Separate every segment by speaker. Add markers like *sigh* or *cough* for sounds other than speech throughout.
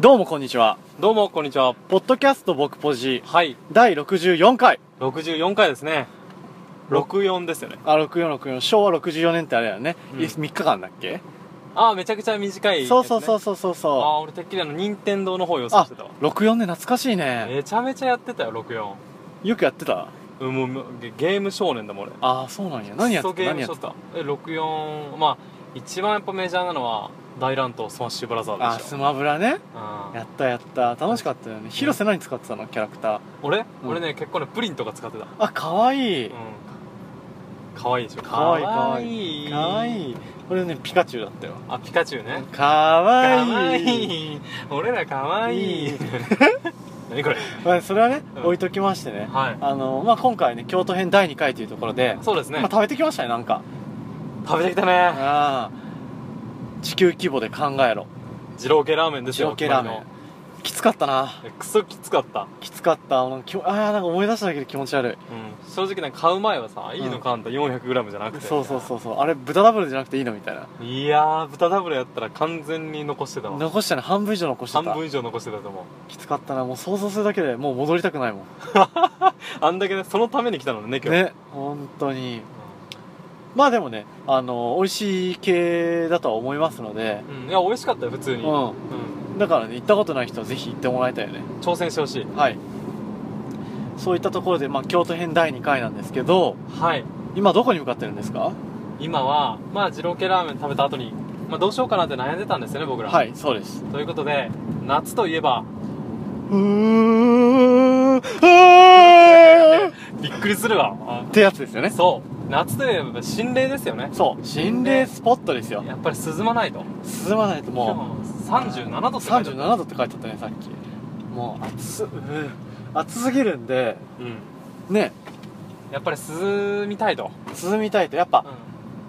Speaker 1: どうもこんにちは。
Speaker 2: どうもこんにちは
Speaker 1: ポッドキャスト僕ポジ
Speaker 2: はい
Speaker 1: 第64回。
Speaker 2: 64回ですね64ですよね
Speaker 1: あ、64、64。昭和64年ってあれだよね。
Speaker 2: うん
Speaker 1: い3日間だっけ、
Speaker 2: ああめちゃくちゃ短いです、ね、
Speaker 1: そうそうそう
Speaker 2: う
Speaker 1: そうそう
Speaker 2: あ
Speaker 1: そ
Speaker 2: あ俺てっきりあの任天堂の方予
Speaker 1: う。
Speaker 2: 想
Speaker 1: あ
Speaker 2: してたわ、
Speaker 1: 64ね、懐かしいね。
Speaker 2: めちゃめちゃやってたよ64
Speaker 1: よくやってた
Speaker 2: うんもうもうゲゲーム少年だもん俺
Speaker 1: あー、そうなんや。何やってた
Speaker 2: クソゲー
Speaker 1: 何
Speaker 2: ム
Speaker 1: や
Speaker 2: し
Speaker 1: っ
Speaker 2: と
Speaker 1: て
Speaker 2: ったたえ64まあ一番やっぱメジャーなのは大乱闘スマッシュブラザー
Speaker 1: あー、
Speaker 2: ズでし
Speaker 1: ス
Speaker 2: ょ
Speaker 1: マブラね。
Speaker 2: あ
Speaker 1: やったやった。楽しかったよね。広瀬何使ってたのキャラクター。
Speaker 2: 俺、
Speaker 1: うん
Speaker 2: 俺ね結構ねプリンとか使ってた
Speaker 1: あ、かわいい。
Speaker 2: うんかわいいでしょ
Speaker 1: かわいいかわ
Speaker 2: い
Speaker 1: かわ
Speaker 2: い
Speaker 1: いい。俺ね、ピカチュウだったよ。
Speaker 2: あピカチュウね
Speaker 1: かわいい。
Speaker 2: いい俺らかわい
Speaker 1: いい
Speaker 2: い何これ
Speaker 1: まあ、それはね、
Speaker 2: うん
Speaker 1: 置いときましてね。
Speaker 2: はい
Speaker 1: あの、まあ、今回ね、京都編第2回というところで、
Speaker 2: そうですね
Speaker 1: まあ、食べてきましたねなんか
Speaker 2: 食べてきたね
Speaker 1: ああ地球規模で考えろ
Speaker 2: 二郎系ラーメンですよ
Speaker 1: 二郎系ラーメン
Speaker 2: こ
Speaker 1: きつかったな
Speaker 2: こにのクソきつかった、
Speaker 1: きつかったあのきもあーなんか思い出しただけで気持ち悪
Speaker 2: うん、正直ね買う前はさいいの買うんだ 400g じゃなく
Speaker 1: い
Speaker 2: て
Speaker 1: そうそうそうそうあれ豚ダブルじゃなくていいのみたいない
Speaker 2: やー豚ダブルやったら完全に残してたわ
Speaker 1: 残したね半分以上残して
Speaker 2: 半
Speaker 1: た
Speaker 2: 分以上残してたと思う
Speaker 1: きつかったなもう想像するだけでもう戻りたくないもん
Speaker 2: あんだけねそのために来たのね今日
Speaker 1: ね本当にまあでもねあの美味しい系だとは思いますので
Speaker 2: うん、うんいや美味しかったよ普通に、うん
Speaker 1: うだからね行ったことない人はぜひ行ってもらいたいよね
Speaker 2: 挑戦してほしい
Speaker 1: はいそういったところで、まあ、京都編第2回なんですけど
Speaker 2: はい
Speaker 1: 今どこに向かってるんですか
Speaker 2: 今はまあ二郎系ラーメン食べた後にまあどうしようかなって悩んでたんですよね僕ら
Speaker 1: はいそうです
Speaker 2: ということで夏といえば
Speaker 1: うーんあー
Speaker 2: びっくりするわあ
Speaker 1: ってやつですよね
Speaker 2: そう夏といえば心霊ですよね
Speaker 1: そう心霊スポットですよ
Speaker 2: やっぱり涼まないと
Speaker 1: 進まないとも
Speaker 2: う
Speaker 1: う
Speaker 2: 37度って書いてある
Speaker 1: 37度って書いてあったねさっきもう暑うん暑すぎるんで
Speaker 2: うん
Speaker 1: ね
Speaker 2: やっぱり涼みたいと
Speaker 1: 涼みたいとやっぱ、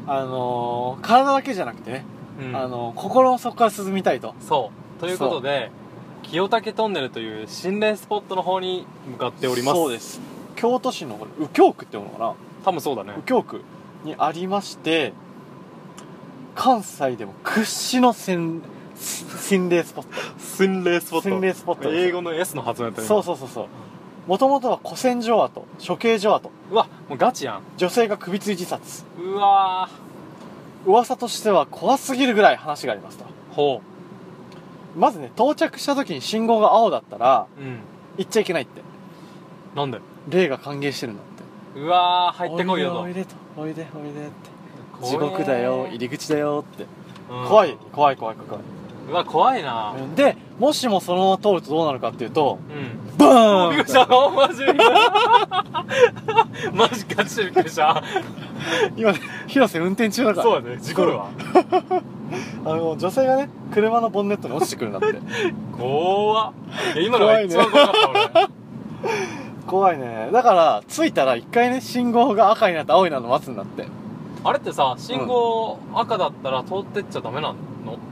Speaker 1: あのー、体だけじゃなくてね、
Speaker 2: うん、
Speaker 1: あのー、心の底から涼みたいと
Speaker 2: そうということで清武トンネルという心霊スポットの方に向かっております
Speaker 1: そうです京都市のこれ右京区っていうのかな
Speaker 2: 多分そうだね
Speaker 1: 右京区にありまして関西でも屈指の心心霊スポット
Speaker 2: 心霊スポット
Speaker 1: 心霊スポットです
Speaker 2: 英語の S の発音やったね
Speaker 1: そうそうそうそうもともとは古戦場跡処刑場跡
Speaker 2: うわもうガチやん
Speaker 1: 女性が首吊り自殺
Speaker 2: うわ
Speaker 1: 噂としては怖すぎるぐらい話がありますと
Speaker 2: ーほ
Speaker 1: まずね到着した時に信号が青だったら
Speaker 2: ううん
Speaker 1: 行っちゃいけないって
Speaker 2: なんで
Speaker 1: 霊が歓迎してるんだって
Speaker 2: うわー入ってこいよと
Speaker 1: おいでおいでとおいでおいでって
Speaker 2: 怖
Speaker 1: 地
Speaker 2: え
Speaker 1: 獄だよ入り口だよって、
Speaker 2: うん
Speaker 1: 怖い怖い怖い怖いう
Speaker 2: わ怖いな
Speaker 1: 怖いでもしもそのまま通るとどうなるかっていうと
Speaker 2: うん
Speaker 1: バーン
Speaker 2: びっくりしたマジびっくりしたマジガチでびっくりした
Speaker 1: 今ね広瀬運転中だから
Speaker 2: そうだね事故るわ
Speaker 1: あの女性がね車のボンネットに落ちてくるんだって
Speaker 2: *laughs* 怖っいや今のが一番怖かった
Speaker 1: 怖いねだから着いたら一回ね信号が赤になって青になるの待つんだって
Speaker 2: 俺あれってさ信号赤だったら通ってっちゃダメなの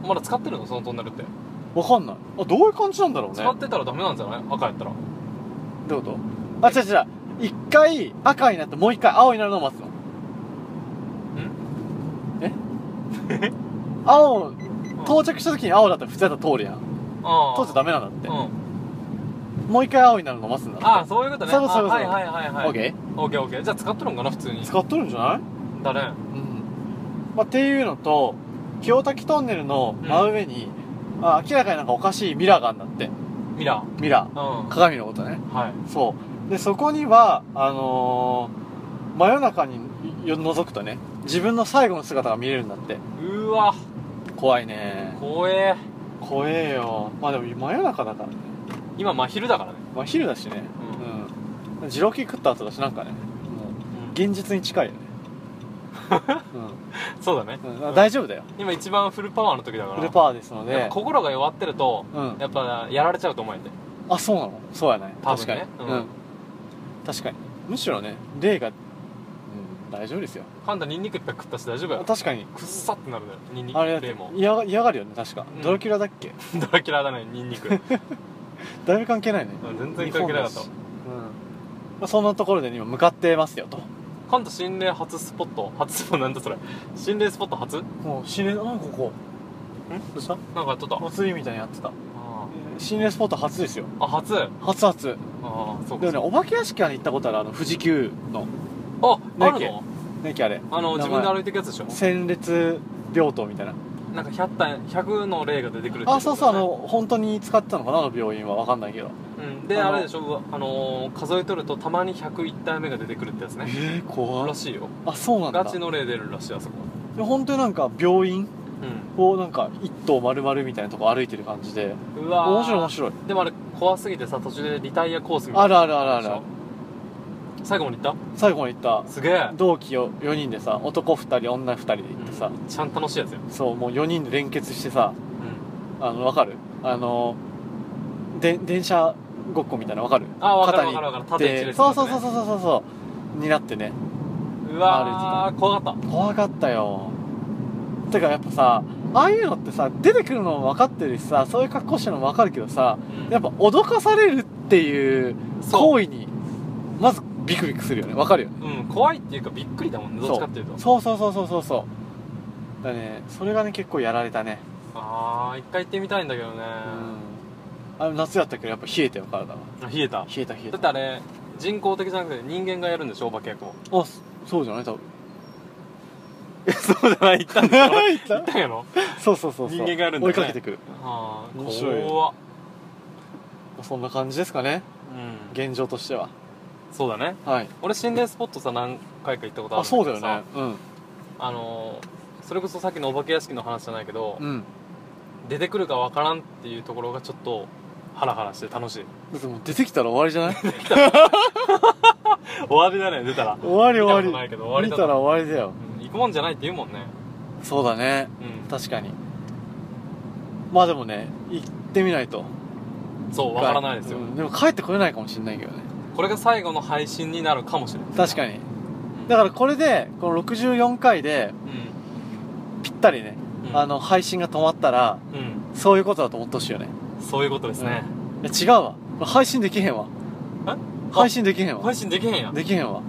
Speaker 2: まだ使ってるのそのトンネルって
Speaker 1: わかんないあどういう感じなんだろうね
Speaker 2: 使ってたらダメなんじゃない赤やったら
Speaker 1: どういうことあ違う違う一回赤になってもう一回青になるのを待つのえ *laughs* 青到着した時に青だったら普通だったら通るやん
Speaker 2: あ
Speaker 1: 通っちゃダメなんだっ
Speaker 2: メ
Speaker 1: て
Speaker 2: うん
Speaker 1: もう一回青になるのを待つんだって
Speaker 2: ああそういうことね
Speaker 1: そうそうそうそう
Speaker 2: あはいはいはいはい
Speaker 1: オッケ
Speaker 2: オッケーオッケーじゃあ使っとるんかな普通に
Speaker 1: ー使っとるんじゃない
Speaker 2: だね
Speaker 1: うんまあ、っていうのと清滝トンネルの真上に、まあ、明らかになんかおかしいミラーがあるんだって
Speaker 2: ミラ
Speaker 1: ミラ
Speaker 2: ーうん
Speaker 1: ー鏡のことね
Speaker 2: はい
Speaker 1: そうでそこにはあのー真夜中によ覗くとね自分の最後の姿が見れるんだって
Speaker 2: うわ
Speaker 1: 怖いね
Speaker 2: 怖え
Speaker 1: 怖えよまあでも真夜中だからね
Speaker 2: 今真昼だからね
Speaker 1: まあ昼だしねうん二郎系食った後だしなんかねもう現実に近いよ *laughs* ね、
Speaker 2: そうだね
Speaker 1: うんうん、大丈夫だよ
Speaker 2: 今一番フルパワーの時だから
Speaker 1: フルパワーですの
Speaker 2: やっぱ
Speaker 1: で
Speaker 2: 心が弱ってると
Speaker 1: うん
Speaker 2: やっぱやられちゃうと思うんやで
Speaker 1: あそうなのそうやね
Speaker 2: 多
Speaker 1: 確
Speaker 2: 分
Speaker 1: かに
Speaker 2: ね
Speaker 1: うん、
Speaker 2: うん
Speaker 1: 確かにむしろね霊が、うん、大丈夫ですよ
Speaker 2: パンダニンニクいっぱい食ったし大丈夫やろ
Speaker 1: 確かに
Speaker 2: くっさってなるだよニンニ
Speaker 1: あれだ
Speaker 2: ク
Speaker 1: って
Speaker 2: レモン *laughs*
Speaker 1: 嫌が嫌がるよね確か、
Speaker 2: うん
Speaker 1: ドラキュラだっけ
Speaker 2: ドラキュラだねニンニクうん
Speaker 1: だいぶ関係ないね
Speaker 2: 全然関係なかった
Speaker 1: 日本だしうん、まあ、そんなところで今向かってますよと
Speaker 2: 関東心霊初スポット初スポットなんだそれ心霊スポット初
Speaker 1: もう知れないここんどうした
Speaker 2: なんかやっとった
Speaker 1: お釣りみたいにやってた
Speaker 2: あ
Speaker 1: 心霊スポット初ですよ
Speaker 2: ーあ初あ
Speaker 1: 初初
Speaker 2: あそう
Speaker 1: でも
Speaker 2: か
Speaker 1: ねお化け屋敷に行ったことあるあの富士急の
Speaker 2: ああ
Speaker 1: ね
Speaker 2: る
Speaker 1: え
Speaker 2: の
Speaker 1: ねきあれ
Speaker 2: あの
Speaker 1: 名前
Speaker 2: 自分で歩いていくやつでしょ
Speaker 1: 戦列病棟みたいな
Speaker 2: なんか100体100の霊が出てくるっていことだよね
Speaker 1: あそうそうあの本当に使ってたのかなあの病院は分かんないけど
Speaker 2: うんで
Speaker 1: あ
Speaker 2: あ
Speaker 1: の
Speaker 2: れでしょうわあのー数えとるとたまに101体目が出てくるってやつね
Speaker 1: えー、怖
Speaker 2: ら
Speaker 1: っ
Speaker 2: しいよ
Speaker 1: あそうなんだ
Speaker 2: ガチの霊出るらしいあそこ
Speaker 1: で本当になんか病院
Speaker 2: う
Speaker 1: をなんか一棟丸々みたいなとこ歩いてる感じで
Speaker 2: んうわー
Speaker 1: 面白い面白い
Speaker 2: でもあれ怖すぎてさ途中でリタイアコースみた
Speaker 1: あ
Speaker 2: いな
Speaker 1: るあるあるある
Speaker 2: でしょ最後まで行っ
Speaker 1: 最後に行った
Speaker 2: たすげえ
Speaker 1: 同期を4人でさ男2人女2人で行ってさ、
Speaker 2: ちゃんと楽しいやつよ、
Speaker 1: そうもう4人で連結してさあの分かるあので電車ごっこみたいなの分かる
Speaker 2: あ分
Speaker 1: 肩
Speaker 2: かる分
Speaker 1: に
Speaker 2: かる分かる縦一列、
Speaker 1: で
Speaker 2: ね、
Speaker 1: そうそうそうそうそうそうそうになってね
Speaker 2: うわー怖かった
Speaker 1: 怖かったよてかやっぱさああいうのってさ出てくるのも分かってるしさそういう格好してるのも分かるけどさやっぱ脅かされるっていう行
Speaker 2: そう
Speaker 1: 為にまずビクビクするよね分かるよね
Speaker 2: うん怖いっていうかびっくりだもんねどっちかっていうと
Speaker 1: そうそうそうそうそうそうだねそれがね結構やられたね
Speaker 2: ああ一回行ってみたいんだけどね、
Speaker 1: あの夏だったけどやっぱ冷えたよ体は
Speaker 2: あ冷えた
Speaker 1: 冷えた冷え
Speaker 2: だ
Speaker 1: た
Speaker 2: ってあれ人工的じゃなくて人間がやるんでしょお化け役
Speaker 1: *laughs*
Speaker 2: を
Speaker 1: あそそうじゃない多分
Speaker 2: *laughs* そうじゃない行ったんでしょ
Speaker 1: 言っ
Speaker 2: 行ったんやろ
Speaker 1: た *laughs* そうそうそうそう
Speaker 2: 人間がやるんだ
Speaker 1: 追
Speaker 2: よ
Speaker 1: い
Speaker 2: ね
Speaker 1: かけてくる
Speaker 2: ああ
Speaker 1: 面白い
Speaker 2: 怖っ
Speaker 1: そんな感じですかね
Speaker 2: うん
Speaker 1: 現状としては
Speaker 2: そうだね
Speaker 1: はい
Speaker 2: 俺心霊スポットさ何回か行ったことあ
Speaker 1: あ
Speaker 2: るんけ
Speaker 1: そ
Speaker 2: ど
Speaker 1: うだよ
Speaker 2: さ
Speaker 1: ねうん
Speaker 2: あのーそれこそさっきのお化け屋敷の話じゃないけど、
Speaker 1: うん
Speaker 2: 出てくるかわからんっていうところがちょっとハラハラして楽しい
Speaker 1: だってもう出てきたら終わりじゃない
Speaker 2: 終わりだね出たら
Speaker 1: 終わり
Speaker 2: 見たこと
Speaker 1: 終
Speaker 2: な
Speaker 1: わ
Speaker 2: いけど終わ
Speaker 1: り
Speaker 2: り
Speaker 1: 見
Speaker 2: だ
Speaker 1: た
Speaker 2: と
Speaker 1: ら終わりだよ
Speaker 2: うん行くもんじゃないって言うもんね
Speaker 1: そうだね
Speaker 2: う
Speaker 1: 確かにまあでもね行ってみないと
Speaker 2: んそうわからないですよ、
Speaker 1: うんでも帰ってこれないかもしれないけどね
Speaker 2: これが最後の配信になるかもしれない
Speaker 1: 確かにだからこれでこの64回で
Speaker 2: う
Speaker 1: ぴったりね、
Speaker 2: ん、うん
Speaker 1: あ、の配信が止まったら
Speaker 2: うん、
Speaker 1: そういうことだと思ってほしいよね
Speaker 2: そういうことですね、
Speaker 1: いや違うわ配信できへんわ
Speaker 2: あ
Speaker 1: 配信できへんわ
Speaker 2: 配信できへんやん
Speaker 1: できへんわ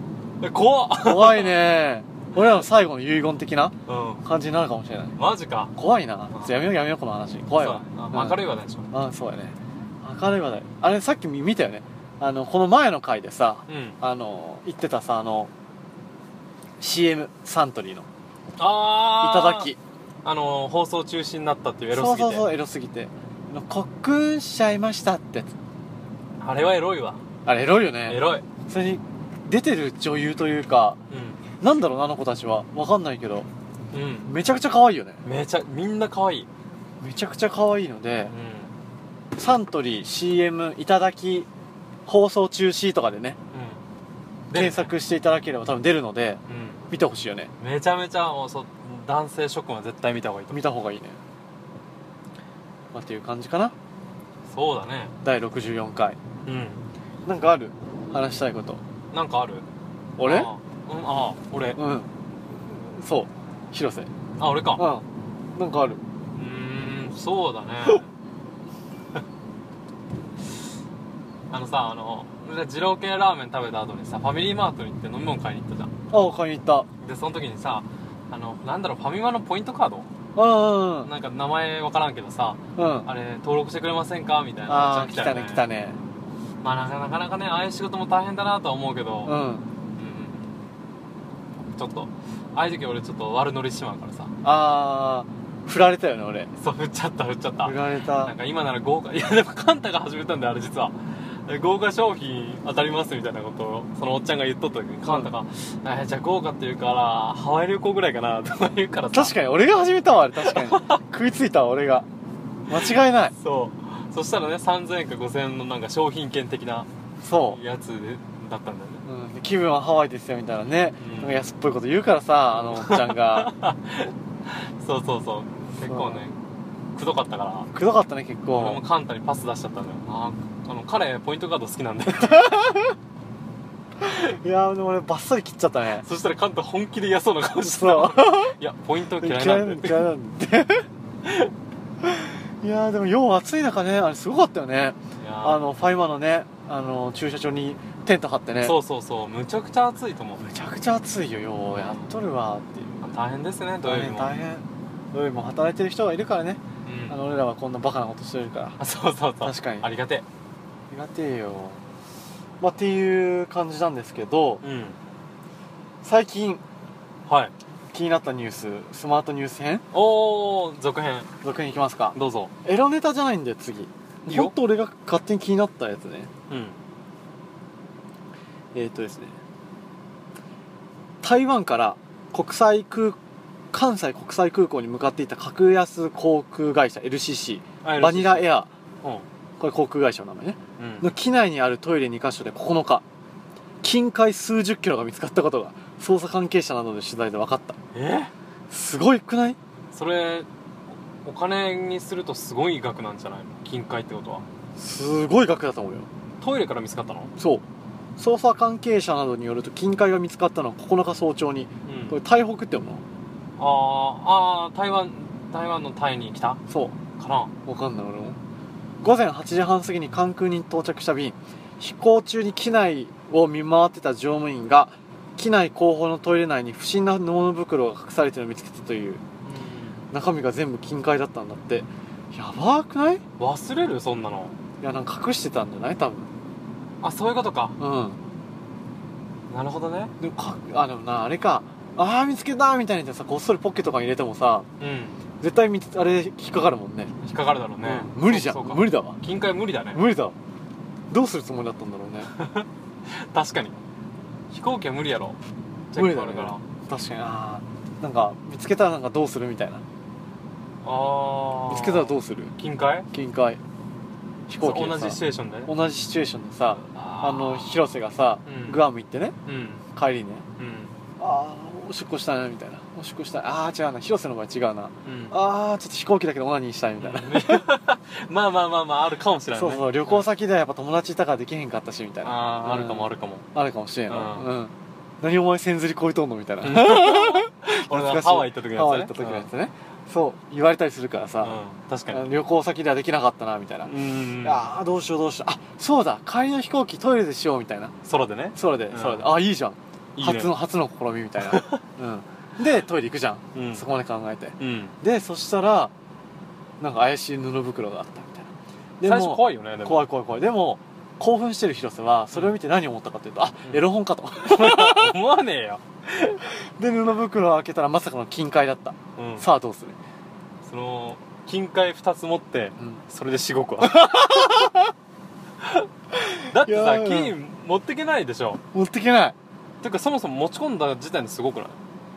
Speaker 2: え怖っ、
Speaker 1: 怖いね俺らの最後の遺言的な
Speaker 2: う
Speaker 1: 感じになるかもしれない
Speaker 2: ん、マジか
Speaker 1: 怖いなちょっとやめようやめようこの話怖いわ
Speaker 2: そうだな
Speaker 1: う
Speaker 2: まあ
Speaker 1: ん
Speaker 2: 明るい話題でしょ
Speaker 1: あそうやね明るい話題あれさっき見見たよねあのこの前の回でさ
Speaker 2: うん
Speaker 1: あの言ってたさあの CM サントリーの「
Speaker 2: あ
Speaker 1: い
Speaker 2: あ
Speaker 1: ただき」
Speaker 2: あのー放送中止になったっていうエロす
Speaker 1: そ
Speaker 2: ぎ
Speaker 1: う
Speaker 2: て
Speaker 1: そうそうエロすぎてあのコックンしちゃいましたってやつ
Speaker 2: あれはエロいわ
Speaker 1: あれエロいよ
Speaker 2: エ
Speaker 1: ね
Speaker 2: ロい、うん、
Speaker 1: それに出てる女優というかなんだろうなあの子たちはわかんないけど
Speaker 2: うん
Speaker 1: めちゃくちゃ可愛いよね
Speaker 2: めちゃみんな可愛い、
Speaker 1: めちゃくちゃ可愛いの
Speaker 2: う
Speaker 1: で
Speaker 2: ん、
Speaker 1: サントリー CM いただき放送中止とかでね
Speaker 2: うん、で
Speaker 1: 検、索していただければ多分出るので
Speaker 2: う
Speaker 1: 見てほしいよね
Speaker 2: ん、めちゃめちゃもうそ男性諸君は絶対見た方がいいと思
Speaker 1: 見
Speaker 2: う
Speaker 1: た方がいいねまあっていう感じかな
Speaker 2: そうだね
Speaker 1: 第64回
Speaker 2: うん
Speaker 1: なんかある話したいこと
Speaker 2: なんかある
Speaker 1: 俺
Speaker 2: あーうんあー俺
Speaker 1: うんそう広瀬
Speaker 2: あ俺か
Speaker 1: うんなんかある
Speaker 2: うーんそうだね *laughs* あのさあの俺ら二郎系ラーメン食べた後にさファミリーマートに行って飲み物買いに行ったじゃん
Speaker 1: あ買いに行った
Speaker 2: でその時にさあのなんだろうファミマのポイントカード
Speaker 1: うんうん
Speaker 2: なんか名前わからんけどさ
Speaker 1: うん
Speaker 2: あれ登録してくれませんかみたいな
Speaker 1: あ
Speaker 2: おっ
Speaker 1: ー
Speaker 2: ち
Speaker 1: 来
Speaker 2: ゃんよ
Speaker 1: たね来たね
Speaker 2: まあなかなかなかねああいう仕事も大変だなとは思うけど、
Speaker 1: う
Speaker 2: うん
Speaker 1: ん
Speaker 2: ちょっとああいう時俺ちょっと悪乗りしまうからさ
Speaker 1: あー振られたよね俺
Speaker 2: そう振っちゃった振っちゃった
Speaker 1: 振られ
Speaker 2: なん
Speaker 1: た
Speaker 2: か今なら豪華いやでもカンタが始めたんだよあれ実はえ豪華商品当たりますみたいなことをそのおっちゃんが言っとった時にカンタが「えーじゃあ豪華って言うからハワイ旅行ぐらいかな」とか言うからさ
Speaker 1: 確かに俺が始めたわあれ確
Speaker 2: *laughs*
Speaker 1: かに食いついたわ俺が間違いない
Speaker 2: そうそしたらね3000円か5000円のなんか商品券的な
Speaker 1: そ
Speaker 2: やつだったんだよね
Speaker 1: う、うん、気分はハワイですよみたいなね、
Speaker 2: うん
Speaker 1: なんか安っぽいこと言うからさあのおっちゃんが
Speaker 2: そうそうそう結構ねくどかったから
Speaker 1: くどかったね結
Speaker 2: 俺も
Speaker 1: 構
Speaker 2: カンタにパス出しちゃったんだよあーあの彼ポイントカード好
Speaker 1: *laughs*
Speaker 2: きなんだよ
Speaker 1: いやーでも俺バッサリ切っちゃったね
Speaker 2: そしたらカンタ本気で嫌そうな顔してた
Speaker 1: そう
Speaker 2: いやポイント嫌
Speaker 1: 嫌
Speaker 2: い
Speaker 1: い
Speaker 2: な
Speaker 1: なん
Speaker 2: だよ
Speaker 1: ん嫌いなんで *laughs* いやーでもよう暑い中ねあれすごかったよね
Speaker 2: いやー
Speaker 1: あのファイマのねあの駐車場にテント張ってね
Speaker 2: そうそうそうむちゃくちゃ暑いと思う
Speaker 1: むちゃくちゃ暑いよようやっとるわっていう
Speaker 2: 大変ですね土曜
Speaker 1: 大
Speaker 2: 日
Speaker 1: 変
Speaker 2: も
Speaker 1: 大変よりも働いてる人がいるからね、
Speaker 2: うん
Speaker 1: あの俺らはこんなバカなことしてるから
Speaker 2: あそうそうそう
Speaker 1: 確かに
Speaker 2: ありがて
Speaker 1: ありがてえよまあっていう感じなんですけど
Speaker 2: えうん
Speaker 1: 最近
Speaker 2: はい
Speaker 1: 気になったニューススマートニュース編
Speaker 2: おー続編
Speaker 1: 続編いきますか
Speaker 2: どうぞ
Speaker 1: エロネタじゃないんだよ次
Speaker 2: いいよ
Speaker 1: ほんと俺が勝手に気になったやつね
Speaker 2: うん
Speaker 1: えっ、ー、とですね台湾から国際空関西国際空港に向かっていた格安航空会社 LCC バニラエア
Speaker 2: うん
Speaker 1: これ航空会社の名前ね
Speaker 2: うん
Speaker 1: の機内にあるトイレ2カ所で9日近海数十キロが見つかったことが捜査関係者などの取材で分かった
Speaker 2: え
Speaker 1: すごいくない
Speaker 2: それお金にするとすごい額なんじゃないの金塊ってことは
Speaker 1: すごい額だと思うよ
Speaker 2: トイレから見つかったの
Speaker 1: そう捜査関係者などによると近海が見つかったのは9日早朝に
Speaker 2: うん
Speaker 1: これ台北って思う
Speaker 2: あーあー台湾台湾のタイに来た
Speaker 1: そ
Speaker 2: かな
Speaker 1: うわかんない俺も午前8時半過ぎに関空に到着した便飛行中に機内を見回ってた乗務員が機内後方のトイレ内に不審な物袋が隠されてるのを見つけたという中身が全部金塊だったんだってやばくないい
Speaker 2: 忘れるそんなの
Speaker 1: やなんか隠してたんじゃない多分
Speaker 2: あそういうことか
Speaker 1: うん
Speaker 2: なるほどね
Speaker 1: でもかあでもなあれかああ見つけたみたいなやつさこっそりポッケとかに入れてもさ
Speaker 2: うん
Speaker 1: 絶対みあれ引っかかるもんね
Speaker 2: 引っかかるだろうね、
Speaker 1: うん無理じゃん
Speaker 2: そうか
Speaker 1: 無理だわ
Speaker 2: 金塊無理だね
Speaker 1: 無理だわどうするつもりだったんだろうね
Speaker 2: 確かに飛行機は無理やろチェ
Speaker 1: 無
Speaker 2: ッ
Speaker 1: 理
Speaker 2: ク
Speaker 1: だ
Speaker 2: あ
Speaker 1: ね
Speaker 2: るから、
Speaker 1: 確かにああなんか見つけたらなんかどうするみたいな
Speaker 2: ああ
Speaker 1: 見つけたらどうする
Speaker 2: 金塊
Speaker 1: 近海飛行機
Speaker 2: そう同じ
Speaker 1: で
Speaker 2: シチ
Speaker 1: さ
Speaker 2: ュエーションでね
Speaker 1: 同じシチュエーションでさ
Speaker 2: あ
Speaker 1: あの広瀬がさ、
Speaker 2: うん
Speaker 1: グアム行ってね
Speaker 2: うんうん
Speaker 1: 帰りねああおしっこしたいなみたいなおしっこしたいああ違うな広瀬の場合違うな
Speaker 2: うん
Speaker 1: ああちょっと飛行機だけどオナニーしたいみたいな、
Speaker 2: まあまあまあまああるかもしれない、
Speaker 1: そ
Speaker 2: ね、
Speaker 1: うそう旅行先ではやっぱ友達いたからできへんかったしみたいな
Speaker 2: あああるか
Speaker 1: うん
Speaker 2: もあるかも
Speaker 1: あるかもしれんな
Speaker 2: う
Speaker 1: い
Speaker 2: ん
Speaker 1: うん、何お前せんずりこいとんのみ *laughs* たいな
Speaker 2: うん
Speaker 1: ハ懐
Speaker 2: 俺
Speaker 1: か
Speaker 2: が
Speaker 1: しい
Speaker 2: ハワイ行った時のやつね
Speaker 1: ワイ行った時のやつね、そう言われたりするから
Speaker 2: うん
Speaker 1: さ、
Speaker 2: うん確か
Speaker 1: あ
Speaker 2: に
Speaker 1: の旅行先ではできなかったなみたいな、
Speaker 2: うん
Speaker 1: ああどうしようどうしようあそうだ帰りの飛行機トイレでしようみたいな
Speaker 2: 空でね
Speaker 1: それで、
Speaker 2: うん
Speaker 1: それでああいいじゃん
Speaker 2: いいね
Speaker 1: 初の初の試みみたい
Speaker 2: *laughs*
Speaker 1: な、うん、でトイレ行くじゃん、
Speaker 2: うん
Speaker 1: そこまで考えて
Speaker 2: うん
Speaker 1: でそしたらなんか怪しい布袋があったみたいなで
Speaker 2: 最初
Speaker 1: も
Speaker 2: 怖いよねでも
Speaker 1: 怖い怖い怖いでも興奮してる広瀬はそれを見て何を思ったかというと、あ
Speaker 2: うん
Speaker 1: エロ本かと *laughs*
Speaker 2: 思わねえよ、
Speaker 1: で布袋を開けたらまさかの金塊だった、
Speaker 2: うん、
Speaker 1: さあどうする、
Speaker 2: その金塊2つ持って
Speaker 1: うん
Speaker 2: それでしご
Speaker 1: *laughs*
Speaker 2: くわだって
Speaker 1: いや
Speaker 2: さ
Speaker 1: ー
Speaker 2: 金持ってけないでしょ
Speaker 1: 持ってけない
Speaker 2: てかそもそも持ち込んだ時点ですごくない、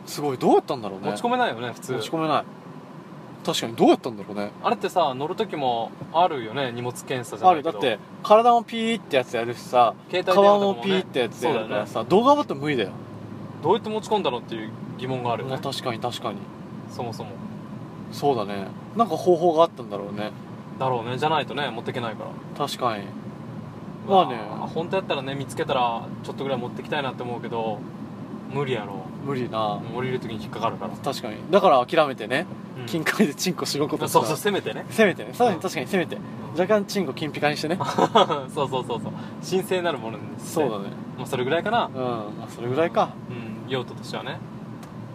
Speaker 1: すごいどうやったんだろうね
Speaker 2: 持ち込めないよね普通
Speaker 1: 持ち込めない確かにどうやったんだろうね
Speaker 2: あれってさ乗る時もあるよね荷物検査じゃ
Speaker 1: あ
Speaker 2: な
Speaker 1: る
Speaker 2: いけど
Speaker 1: だって体もピーってやつやるしさ
Speaker 2: 携帯電
Speaker 1: 顔
Speaker 2: 話と
Speaker 1: も
Speaker 2: かも、ね、
Speaker 1: ピーってやつやるから
Speaker 2: そ
Speaker 1: さ、
Speaker 2: う
Speaker 1: 動画はって無理だよ、
Speaker 2: だよねどうやって持ち込んだのっていう疑問があるよ
Speaker 1: まあ
Speaker 2: ね
Speaker 1: 確かに確かに
Speaker 2: そもそも
Speaker 1: そうだねなんか方法があったんだろうね
Speaker 2: だろうねじゃないとね持ってけないから
Speaker 1: 確かにまあね
Speaker 2: 本当やったらね見つけたらちょっとぐらい持ってきたいなって思うけど無理やろ
Speaker 1: 無理な、
Speaker 2: 降りる時に引っかかるから、
Speaker 1: 確かにだから諦めてね、
Speaker 2: うん
Speaker 1: 金塊でチンコしごくことした
Speaker 2: そうそうせめてね
Speaker 1: せめてねさらに
Speaker 2: うん
Speaker 1: 確かにせめて若干チンコ金ピカにしてね
Speaker 2: *laughs* そうそうそうそう神聖なるものに
Speaker 1: そうだね
Speaker 2: まあ、それぐらいかな
Speaker 1: うん、まあ、それぐらいか
Speaker 2: うん用途としてはね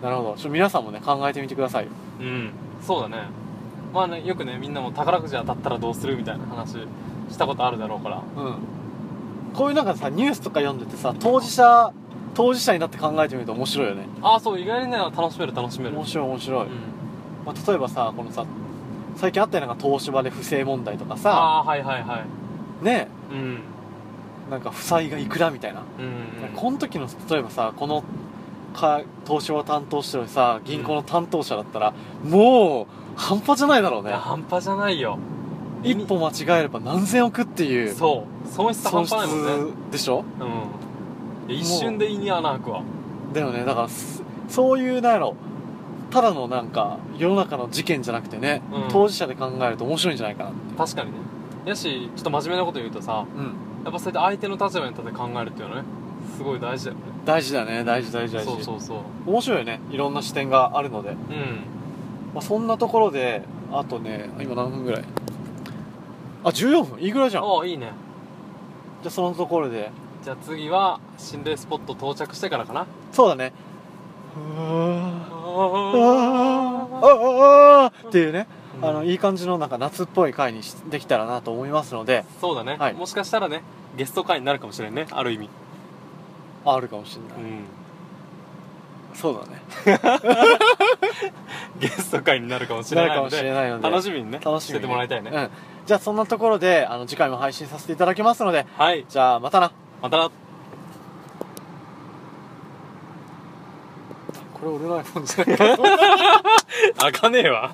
Speaker 1: なるほどちょっと皆さんもね考えてみてくださいよ
Speaker 2: うんそうだねまあねよくねみんなも宝くじ当たったらどうするみたいな話したことあるだろうから
Speaker 1: うんこういうなんかさニュースとか読んでてさ当事者当事者になって考えてみると面白いよね
Speaker 2: ああそう意外にね楽しめる楽しめる
Speaker 1: 面白い面白い、
Speaker 2: うん
Speaker 1: まあ、例えばさこのさ最近あったようなんか東芝で不正問題とかさ
Speaker 2: ああーはいはいはい
Speaker 1: ね
Speaker 2: うん
Speaker 1: なんか負債がいくらみたいな、
Speaker 2: うん
Speaker 1: この時の例えばさこのか東芝を担当してるさ銀行の担当者だったら、もう半端じゃないだろう
Speaker 2: い
Speaker 1: ね
Speaker 2: や半端じゃないよ
Speaker 1: 一歩間違えれば何千億っていう
Speaker 2: そう損失半
Speaker 1: 損
Speaker 2: 端ないもんね
Speaker 1: 失でしょ
Speaker 2: うんいや一瞬で胃に穴開くわ
Speaker 1: だよねだからすそういうなんやろただのなんか世の中の事件じゃなくてね、
Speaker 2: うん
Speaker 1: 当事者で考えると面白いんじゃないかな
Speaker 2: 確かにねやしちょっと真面目なこと言うとさ
Speaker 1: うん
Speaker 2: やっぱそうやって相手の立場に立って考えるっていうのはねすごい大事だよね
Speaker 1: 大事だね大事大事大事
Speaker 2: そうそうそう
Speaker 1: 面白いよねいろんな視点があるので、ま
Speaker 2: うん
Speaker 1: あ、そんなところであとね今何分ぐらいあ14分いいぐらいじゃんじゃ
Speaker 2: ああいいね
Speaker 1: あそのところで
Speaker 2: じゃあ次は心霊スポット到着してからかな
Speaker 1: そうだねうわー
Speaker 2: あ
Speaker 1: ああああっていうね、
Speaker 2: うん
Speaker 1: あのいい感じのなんか夏っぽい回にしできたらなと思いますので
Speaker 2: そうだね、
Speaker 1: はい
Speaker 2: もしかしたらねゲスト会になるかもしれんねある意味
Speaker 1: ああるかもしれない、
Speaker 2: うん *laughs*
Speaker 1: そうだね
Speaker 2: ゲスト会になるかもしれないの
Speaker 1: なるかもしれ
Speaker 2: で
Speaker 1: ないので
Speaker 2: 楽しみにね
Speaker 1: 楽しみに
Speaker 2: しててもらいたいね、
Speaker 1: うん、じゃあそんなところであの次回も配信させていただきますので
Speaker 2: はい
Speaker 1: じゃあまたな
Speaker 2: またな
Speaker 1: これ俺の iPhone じゃないか
Speaker 2: あかねえわ